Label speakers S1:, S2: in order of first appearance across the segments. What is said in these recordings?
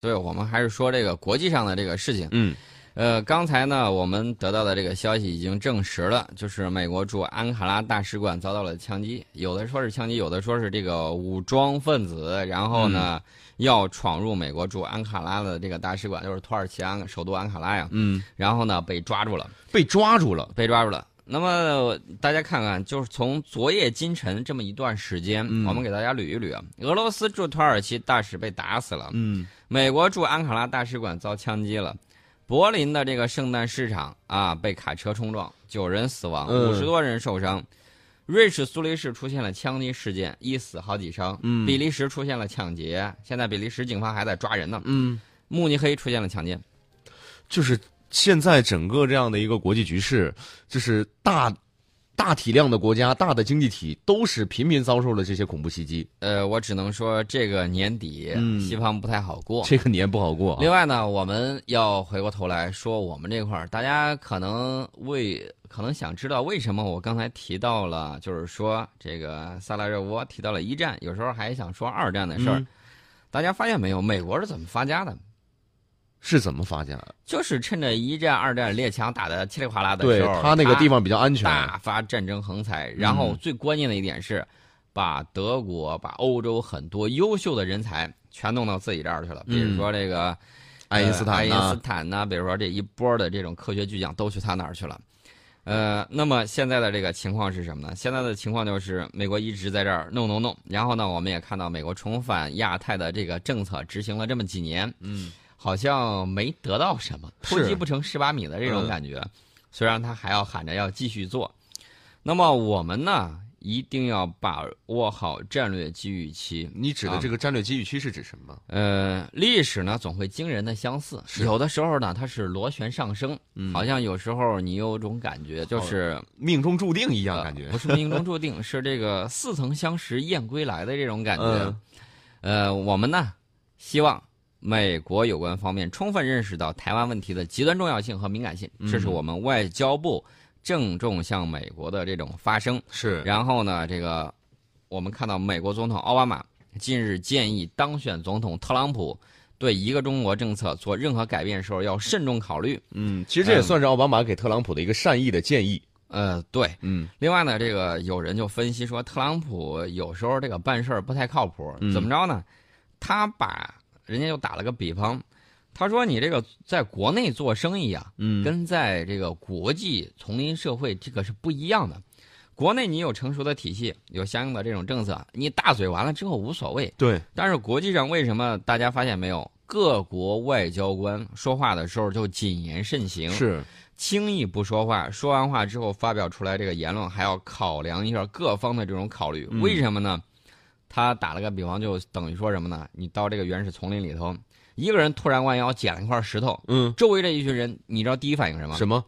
S1: 对，我们还是说这个国际上的这个事情。
S2: 嗯，
S1: 呃，刚才呢，我们得到的这个消息已经证实了，就是美国驻安卡拉大使馆遭到了枪击，有的说是枪击，有的说是这个武装分子，然后呢、要闯入美国驻安卡拉的这个大使馆，就是土耳其安首都安卡拉呀。
S2: 嗯，
S1: 然后呢，被抓住了，
S2: 被抓住了。
S1: 被抓住了。那么大家看看，就是从昨夜今晨这么一段时间，
S2: 嗯
S1: 我们给大家捋一捋啊。俄罗斯驻土耳其大使被打死了，
S2: 嗯
S1: 美国驻安卡拉大使馆遭枪击了，柏林的这个圣诞市场啊被卡车冲撞，九人死亡，
S2: 嗯
S1: 五十多人受伤。瑞士苏黎世出现了枪击事件，一死好几伤。
S2: 嗯
S1: 比利时出现了抢劫，现在比利时警方还在抓人呢。
S2: 嗯，
S1: 慕尼黑出现了抢劫，
S2: 就是现在整个这样的一个国际局势，就是大大体量的国家、大的经济体都是频频遭受了这些恐怖袭击，
S1: 呃，我只能说这个年底、
S2: 嗯
S1: 西方不太好过。
S2: 这个年不好过、
S1: 另
S2: 啊。
S1: 外呢，我们要回过头来说我们这块儿，大家可能为可能想知道为什么我刚才提到了，就是说这个萨拉热窝提到了一战，有时候还想说二战的事儿。
S2: 嗯
S1: 大家发现没有，美国是怎么发家的？
S2: 是怎么发啊家？
S1: 就是趁着一战、二战列强打的稀里哗啦的
S2: 对
S1: 时候，
S2: 他那个地方比嗯较安全。
S1: 大发战争横财。然后最关键的一点是，把德国、把欧洲很多优秀的人才全弄到自己这儿去了，比如
S2: 嗯
S1: 说这个。
S2: 哎爱因斯坦
S1: 呃
S2: 呢、
S1: 爱因斯坦呐、比如说这一波的这种科学巨匠都去他那儿去了。呃，那么现在的这个情况是什么呢？现在的情况就是美国一直在这儿弄弄弄，然后呢，我们也看到美国重返亚太的这个政策执行了这么几年，
S2: 嗯，
S1: 好像没得到什么，
S2: 是
S1: 偷鸡不成蚀把米的这种
S2: 嗯
S1: 感觉。虽然他还要喊着要继续做，那么我们呢，一定要把握好战略机遇期。
S2: 你指的这个战略机遇区是指什么？
S1: 呃，历史呢总会惊人的相似，
S2: 是
S1: 有的时候呢它是螺旋上升，
S2: 嗯
S1: 好像有时候你有种感觉，就是
S2: 命中注定一样
S1: 呃
S2: 啊感觉
S1: 不。是命中 注定，是这个似曾相识燕归来的这种感觉。
S2: 嗯
S1: 呃，我们呢希望美国有关方面充分认识到台湾问题的极端重要性和敏感性，这是
S2: 嗯
S1: 我们外交部郑重向美国的这种发声。
S2: 是
S1: 然后呢，这个我们看到美国总统奥巴马近日建议当选总统特朗普对一个中国政策做任何改变的时候要慎重考虑。
S2: 嗯，其实这也算是奥巴马给特朗普的一个善意的建议。
S1: 呃，对。
S2: 嗯，
S1: 另外呢，这个有人就分析说，特朗普有时候这个办事儿不太靠谱，
S2: 嗯
S1: 怎么着呢？他把人家就打了个比方，他说你这个在国内做生意啊，
S2: 嗯
S1: 跟在这个国际丛林社会这个是不一样的。国内你有成熟的体系，有相应的这种政策，你大嘴完了之后无所谓。
S2: 对，
S1: 但是国际上为什么大家发现没有，各国外交官说话的时候就谨言慎行，
S2: 是
S1: 轻易不说话，说完话之后发表出来这个言论还要考量一下各方的这种考虑。
S2: 嗯
S1: 为什么呢？他打了个比方，就等于说什么呢？你到这个原始丛林里头，一个人突然弯腰捡了一块石头，
S2: 嗯
S1: 周围这一群人，你知道第一反应是什么？
S2: 什么？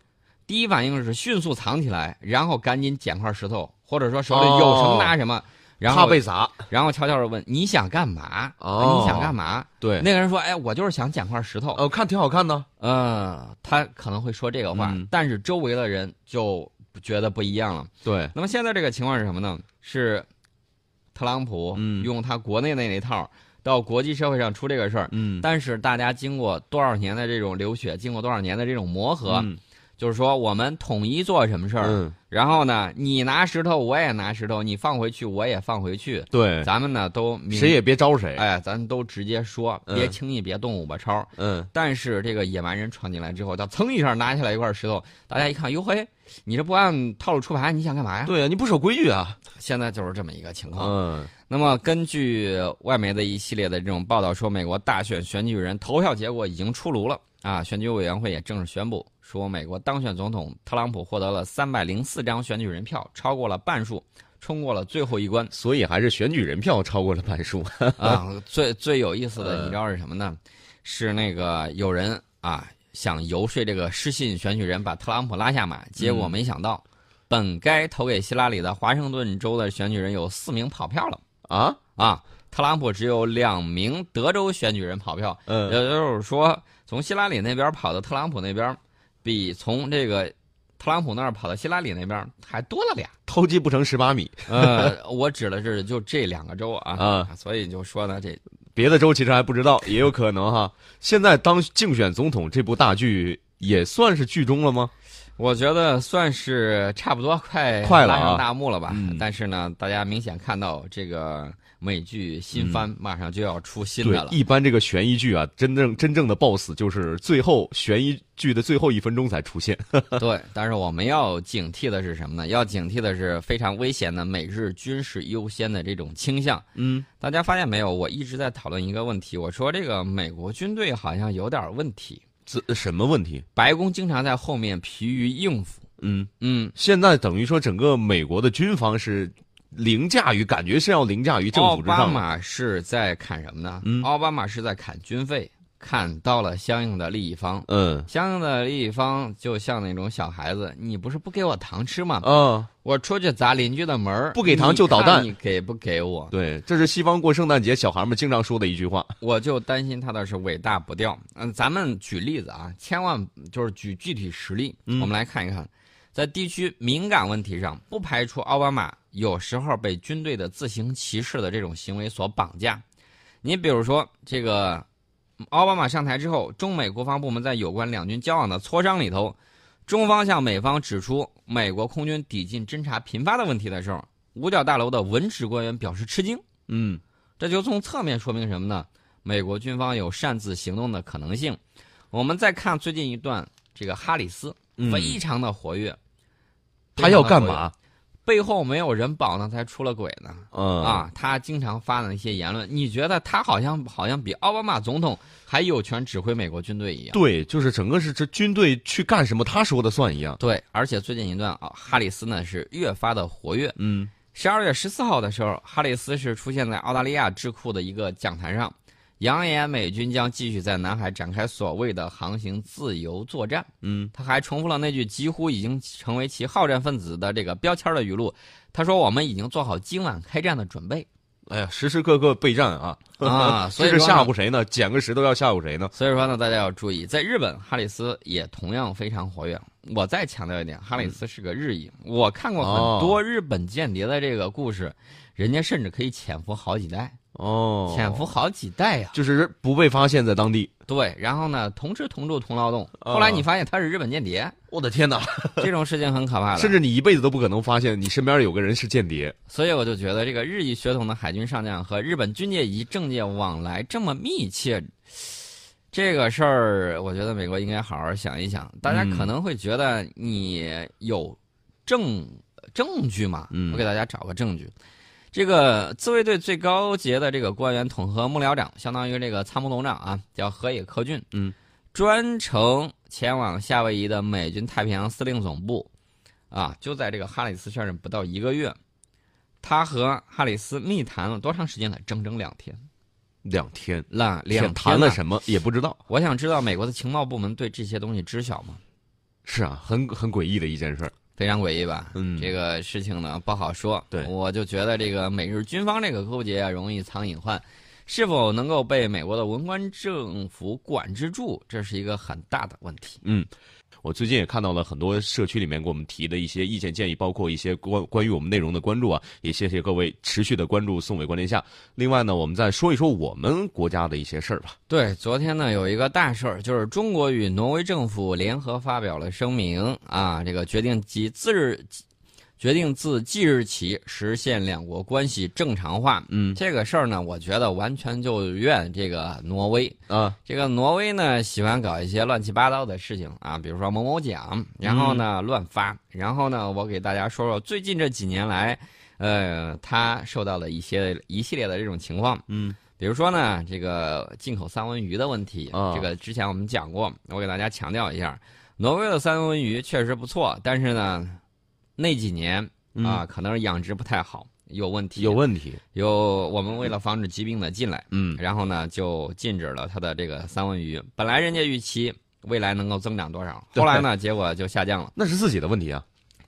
S1: 第一反应是迅速藏起来，然后赶紧捡块石头，或者说手里有什么拿什么，然
S2: 哦怕
S1: 后
S2: 被砸。
S1: 然后悄悄的问你想干嘛？
S2: 哦
S1: 你想干嘛？
S2: 对，
S1: 那个人说：“哎，我就是想捡块石头。
S2: 哦，看挺好看的。
S1: 呃，他可能会说这个话，
S2: 嗯
S1: 但是周围的人就觉得不一样了。
S2: 对，
S1: 那么现在这个情况是什么呢？是特朗普
S2: 嗯
S1: 用他国内的那一套到国际社会上出这个事儿，
S2: 嗯，
S1: 但是大家经过多少年的这种流血，经过多少年的这种磨合，
S2: 嗯
S1: 就是说我们统一做什么事儿，
S2: 嗯，
S1: 然后呢，你拿石头我也拿石头，你放回去我也放回去，
S2: 对，
S1: 咱们呢都明
S2: 谁也别招谁。
S1: 哎，咱都直接说，
S2: 嗯
S1: 别轻易别动五八超。
S2: 嗯，
S1: 但是这个野蛮人闯进来之后，他噌一下拿下来一块石头，大家一看，哟嘿，你这不按套路出牌，你想干嘛呀？
S2: 哎对呀，你不守规矩啊。
S1: 现在就是这么一个情况。
S2: 嗯，
S1: 那么根据外媒的一系列的这种报道说，美国大选选举人投票结果已经出炉了啊！选举委员会也正式宣布说，美国当选总统特朗普获得了三百零四张选举人票，超过了半数，冲过了最后一关。
S2: 所以还是选举人票超过了半数。
S1: 啊，最最有意思的，
S2: 呃
S1: 你知道是什么呢？是那个有人啊想游说这个失信选举人把特朗普拉下马，结果没想到，本该投给希拉里的华盛顿州的选举人有四名跑票了
S2: 啊，
S1: 啊，特朗普只有两名德州选举人跑票，也
S2: 嗯，
S1: 就是说，从希拉里那边跑到特 朗普那边，比从这个特朗普那儿跑到希拉里那边还多了俩。
S2: 偷鸡不成蚀把米。
S1: 呃，我指的是就这两个州啊，
S2: 啊
S1: 所以就说呢，这
S2: 别的州其实还不知道，也有可能哈。现在当竞选总统这部大剧也算是剧终了吗？
S1: 我觉得算是差不多快
S2: 快了
S1: 拉
S2: 啊
S1: 上大幕了吧。
S2: 嗯
S1: 但是呢，大家明显看到这个美剧新番马上就要出新
S2: 嗯对
S1: 的了，，
S2: 一般这个悬疑剧啊，真正真正的 BOSS 就是最后悬疑剧的最后一分钟才出现。
S1: 对，但是我们要警惕的是什么呢？要警惕的是非常危险的美日军事优先的这种倾向。
S2: 嗯，
S1: 大家发现没有？我一直在讨论一个问题，我说这个美国军队好像有点问题，
S2: 这什么问题？
S1: 白宫经常在后面疲于应付。
S2: 嗯，
S1: 嗯，
S2: 现在等于说整个美国的军方是凌驾于，感觉是要凌驾于政
S1: 奥
S2: 府之
S1: 巴
S2: 上的。
S1: 马是在砍什么呢？
S2: 嗯
S1: 奥巴马是在砍军费，砍到了相应的利益方。
S2: 嗯
S1: 相应的利益方就像那种小孩子，你不是不给我糖吃吗？
S2: 啊，
S1: 我出去砸邻居的门儿
S2: 不给糖就捣蛋
S1: 你看你给不给我？
S2: 对，这是西方过圣诞节小孩们经常说的一句话。
S1: 我就担心他的是伟大不掉。嗯，咱们举例子啊，千万就是举具体实例，
S2: 嗯
S1: 我们来看一看，在地区敏感问题上，不排除奥巴马有时候被军队的自行其是的这种行为所绑架。你比如说，这个嗯奥巴马上台之后，中美国防部门在有关两军交往的磋商里头，中方向美方指出美国空军抵近侦察频发的问题的时候，五角大楼的文职官员表示吃惊。
S2: 嗯
S1: 这就从侧面说明什么呢？美国军方有擅自行动的可能性。我们再看最近一段，这个哈里斯
S2: 嗯，
S1: 非常的活跃，
S2: 他要
S1: 非常
S2: 干
S1: 地活跃？
S2: 嘛？
S1: 背后没有人保呢，才出了轨呢。
S2: 嗯，
S1: 啊，他经常发的一些言论，你觉得他好像好像比奥巴马总统还有权指挥美国军队一样？
S2: 对，就是整个是这军队去干什么，他说的算一样。
S1: 对，而且最近一段啊，哈里斯呢是越发的活跃。
S2: 嗯
S1: 十二月十四号的时候，哈里斯是出现在澳大利亚智库的一个讲坛上，扬言美军将继续在南海展开所谓的航行自由作战。
S2: 嗯，
S1: 他还重复了那句几乎已经成为其好战分子的这个标签的语录，他说：“我们已经做好今晚开战的准备。
S2: 哎呀，时时刻刻备战啊
S1: 啊所以
S2: 这是
S1: 说
S2: 吓
S1: 呢
S2: 唬谁呢？捡个石头要吓唬谁呢”？
S1: 所以说呢，大家要注意，在日本，哈里斯也同样非常活跃。我再强调一点，哈里斯是个日裔，我看过
S2: 哦
S1: 很多日本间谍的这个故事，人家甚至可以潜伏好几代，
S2: 哦，
S1: 潜伏好几代呀、
S2: 就是不被发现在当地。
S1: 对，然后呢，同吃同住同劳动。
S2: 啊
S1: 后来你发现他是日本间谍，
S2: 我的天哪！
S1: 这种事情很可怕的。
S2: 甚至你一辈子都不可能发现你身边有个人是间谍。
S1: 所以我就觉得这个日裔血统的海军上将和日本军界及政界往来这么密切，这个事儿，我觉得美国应该好好想一想。大家可能会觉得你有证证据嘛？
S2: 嗯
S1: 我给大家找个证据。这个自卫队最高级的这个官员统合幕僚长，相当于这个参谋总长啊，叫河野克俊。
S2: 嗯，
S1: 专程前往夏威夷的美军太平洋司令总部，啊，就在这个哈里斯上任不到一个月，他和哈里斯密谈了多长时间呢？整整两天。
S2: 两天，
S1: 那两
S2: 谈
S1: 天
S2: 了
S1: 呢
S2: 什么也不知道。
S1: 我想知道美国的情报部门对这些东西知晓吗？
S2: 是啊，很很诡异的一件事儿。
S1: 非常诡异吧？
S2: 嗯
S1: 这个事情呢不好说。
S2: 对
S1: 我就觉得这个美日军方这个勾结啊，容易藏隐患，是否能够被美国的文官政府管制住，这是一个很大的问题。
S2: 嗯我最近也看到了很多社区里面给我们提的一些意见建议，包括一些关关于我们内容的关注啊，也谢谢各位持续的关注宋伟观天下。另外呢，我们再说一说我们国家的一些事儿吧。
S1: 对，昨天呢有一个大事儿，就是中国与挪威政府联合发表了声明啊，这个决定即自日决定自即日起实现两国关系正常化。
S2: 嗯
S1: 这个事儿呢，我觉得完全就怨这个挪威，
S2: 啊，
S1: 这个挪威呢，喜欢搞一些乱七八糟的事情啊，比如说某某奖，然后呢、
S2: 嗯
S1: 乱发，然后呢，我给大家说说最近这几年来，呃，他受到了一些一系列的这种情况，
S2: 嗯，
S1: 比如说呢，这个进口三文鱼的问题，
S2: 啊
S1: 这个之前我们讲过，我给大家强调一下，挪威的三文鱼确实不错，但是呢，那几年
S2: 嗯
S1: 啊，可能是养殖不太好，有问题，
S2: 有问题。
S1: 有我们为了防止疾病的进来。
S2: 嗯
S1: 然后呢就禁止了它的这个三文鱼。本来人家预期未来能够增长多少，
S2: 对
S1: 后来呢结果就下降了，
S2: 那是自己的问题啊。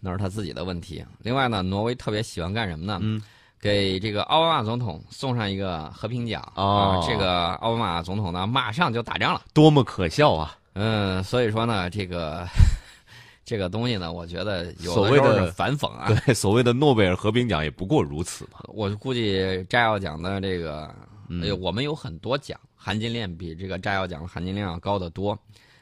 S1: 那是他自己的问题。啊另外呢，挪威特别喜欢干什么呢？
S2: 嗯
S1: 给这个奥巴马总统送上一个和平奖啊、
S2: 哦
S1: 这个奥巴马总统呢马上就打仗了。
S2: 多么可笑啊！
S1: 嗯，所以说呢，这个 这个东西呢，我觉得有
S2: 所谓
S1: 时候
S2: 的
S1: 是反讽啊。
S2: 对，所谓的诺贝尔和平奖也不过如此嘛。
S1: 我估计摘要奖的这个，
S2: 嗯
S1: 哎呦，我们有很多奖，含金量比这个摘要奖的含金量要高得多，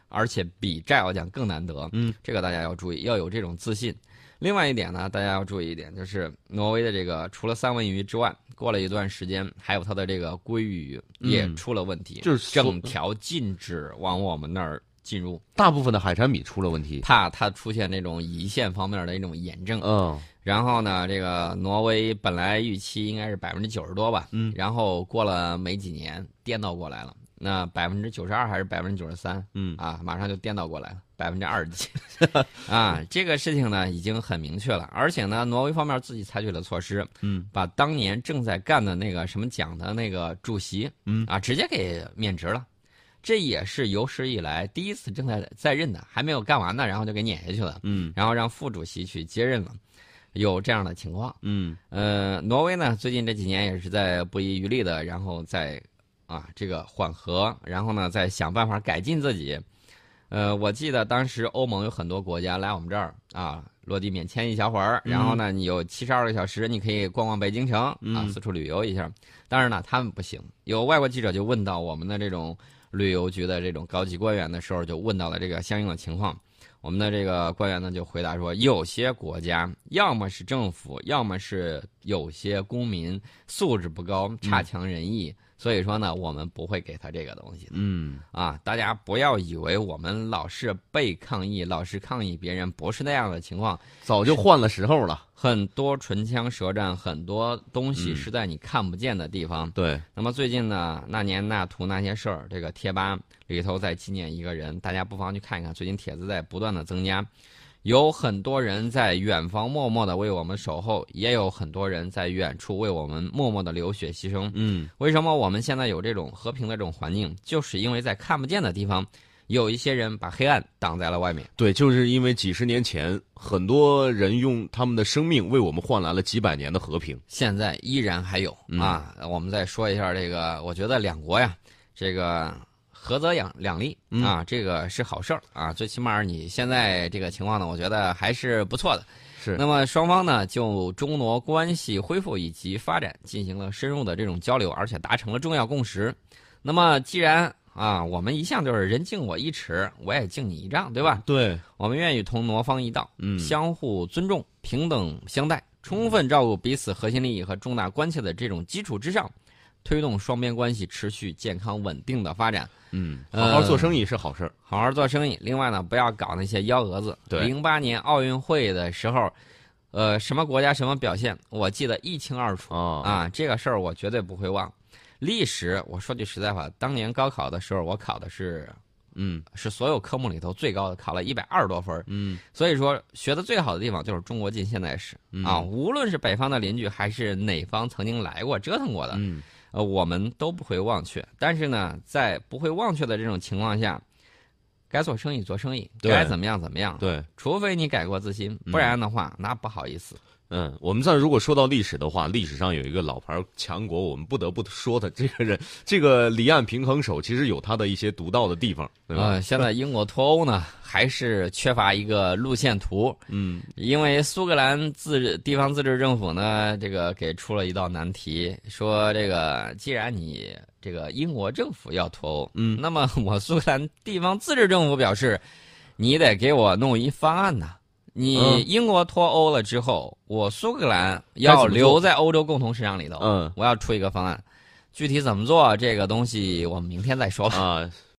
S1: 而且比摘要奖更难得。
S2: 嗯，
S1: 这个大家要注意，要有这种自信。另外一点呢，大家要注意一点，就是挪威的这个除了三文鱼之外，过了一段时间，还有它的这个鲑鱼也
S2: 嗯
S1: 出了问题，
S2: 就是说
S1: 整条禁止往我们那儿进入，
S2: 大部分的海产米出了问题。
S1: 怕它出现那种胰腺方面的一种炎症。
S2: 嗯，
S1: 然后呢，这个挪威本来预期应该是百分之九十多吧，
S2: 嗯，
S1: 然后过了没几年颠倒过来了，那百分之九十二还是百分之九十三，
S2: 嗯
S1: 啊，马上就颠倒过来了，百分之二十 几，啊，这个事情呢已经很明确了，而且呢，挪威方面自己采取了措施，
S2: 嗯，
S1: 把当年正在干的那个什么奖的那个主席，
S2: 嗯
S1: 啊，直接给免职了。这也是有史以来第一次正在在任的，还没有干完呢，然后就给撵下去了。
S2: 嗯
S1: 然后让副主席去接任了，有这样的情况。
S2: 嗯
S1: 呃，挪威呢，最近这几年也是在不遗余力的，然后在啊这个缓和，然后呢再想办法改进自己。呃，我记得当时欧盟有很多国家来我们这儿啊，落地免签一小会儿，然后呢，你有七十二个小时，你可以逛逛北京城啊，四处旅游一下。当然了，他们不行。有外国记者就问到我们的这种旅游局的这种高级官员的时候，就问到了这个相应的情况。我们的这个官员呢就回答说，有些国家要么是政府，要么是有些公民素质不高，差强人意，所以说呢，我们不会给他这个东西的
S2: 嗯
S1: 啊。大家不要以为我们老是被抗议，老是抗议别人，不是那样的情况。
S2: 早就换了时候了。
S1: 很多唇枪舌战，很多东西
S2: 嗯
S1: 是在你看不见的地方。
S2: 对，
S1: 那么最近呢，那年那图那些事儿这个贴吧里头在纪念一个人，大家不妨去看一看。最近帖子在不断的增加，有很多人在远方默默的为我们守候，也有很多人在远处为我们默默的流血牺牲。
S2: 嗯
S1: 为什么我们现在有这种和平的这种环境，就是因为在看不见的地方，有一些人把黑暗挡在了外面。
S2: 对，就是因为几十年前，很多人用他们的生命为我们换来了几百年的和平。
S1: 现在依然还有、啊。我们再说一下这个，我觉得两国呀，这个合则两两利啊，这个是好事儿啊。最起码你现在这个情况呢，我觉得还是不错的。
S2: 是
S1: 那么双方呢，就中挪关系恢复以及发展进行了深入的这种交流，而且达成了重要共识。那么既然啊，我们一向就是人敬我一尺，我也敬你一丈，对吧？
S2: 对，
S1: 我们愿意同挪方一道，
S2: 嗯
S1: 相互尊重、平等相待，充分照顾彼此核心利益和重大关切的这种基础之上，推动双边关系持续健康稳定的发展。
S2: 嗯，好好做生意是好事儿。
S1: 好好做生意。另外呢，不要搞那些幺蛾子。
S2: 对
S1: 零八年奥运会的时候，呃，什么国家什么表现，我记得一清二楚。
S2: 啊
S1: 啊，这个事儿我绝对不会忘。历史，我说句实在话，当年高考的时候，我考的是
S2: 嗯
S1: 是所有科目里头最高的，考了一百二十多分儿。
S2: 嗯
S1: 所以说，学的最好的地方就是中国近现代史、
S2: 嗯
S1: 啊，无论是北方的邻居，还是哪方曾经来过折腾过的，
S2: 嗯
S1: 呃，我们都不会忘却。但是呢，在不会忘却的这种情况下，该做生意做生意，
S2: 对
S1: 该怎么样怎么样，
S2: 嗯对。
S1: 除非你改过自新，不然的话，那不好意思。
S2: 嗯，我们再如果说到历史的话，历史上有一个老牌强国，我们不得不说的这个人，这个离岸平衡手其实有他的一些独到的地方，对吧？
S1: 呃，现在英国脱欧呢，还是缺乏一个路线图，
S2: 嗯，
S1: 因为苏格兰自治地方自治政府呢，这个给出了一道难题，说这个既然你这个英国政府要脱欧，
S2: 嗯
S1: 那么我苏格兰地方自治政府表示，你得给我弄一方案呐、你
S2: 嗯
S1: 英国脱欧了之后，我苏格兰
S2: 该
S1: 要
S2: 怎么做
S1: 留在欧洲共同市场里头，
S2: 嗯
S1: 我要出一个方案，具体怎么做这个东西我们明天再说吧。
S2: 啊，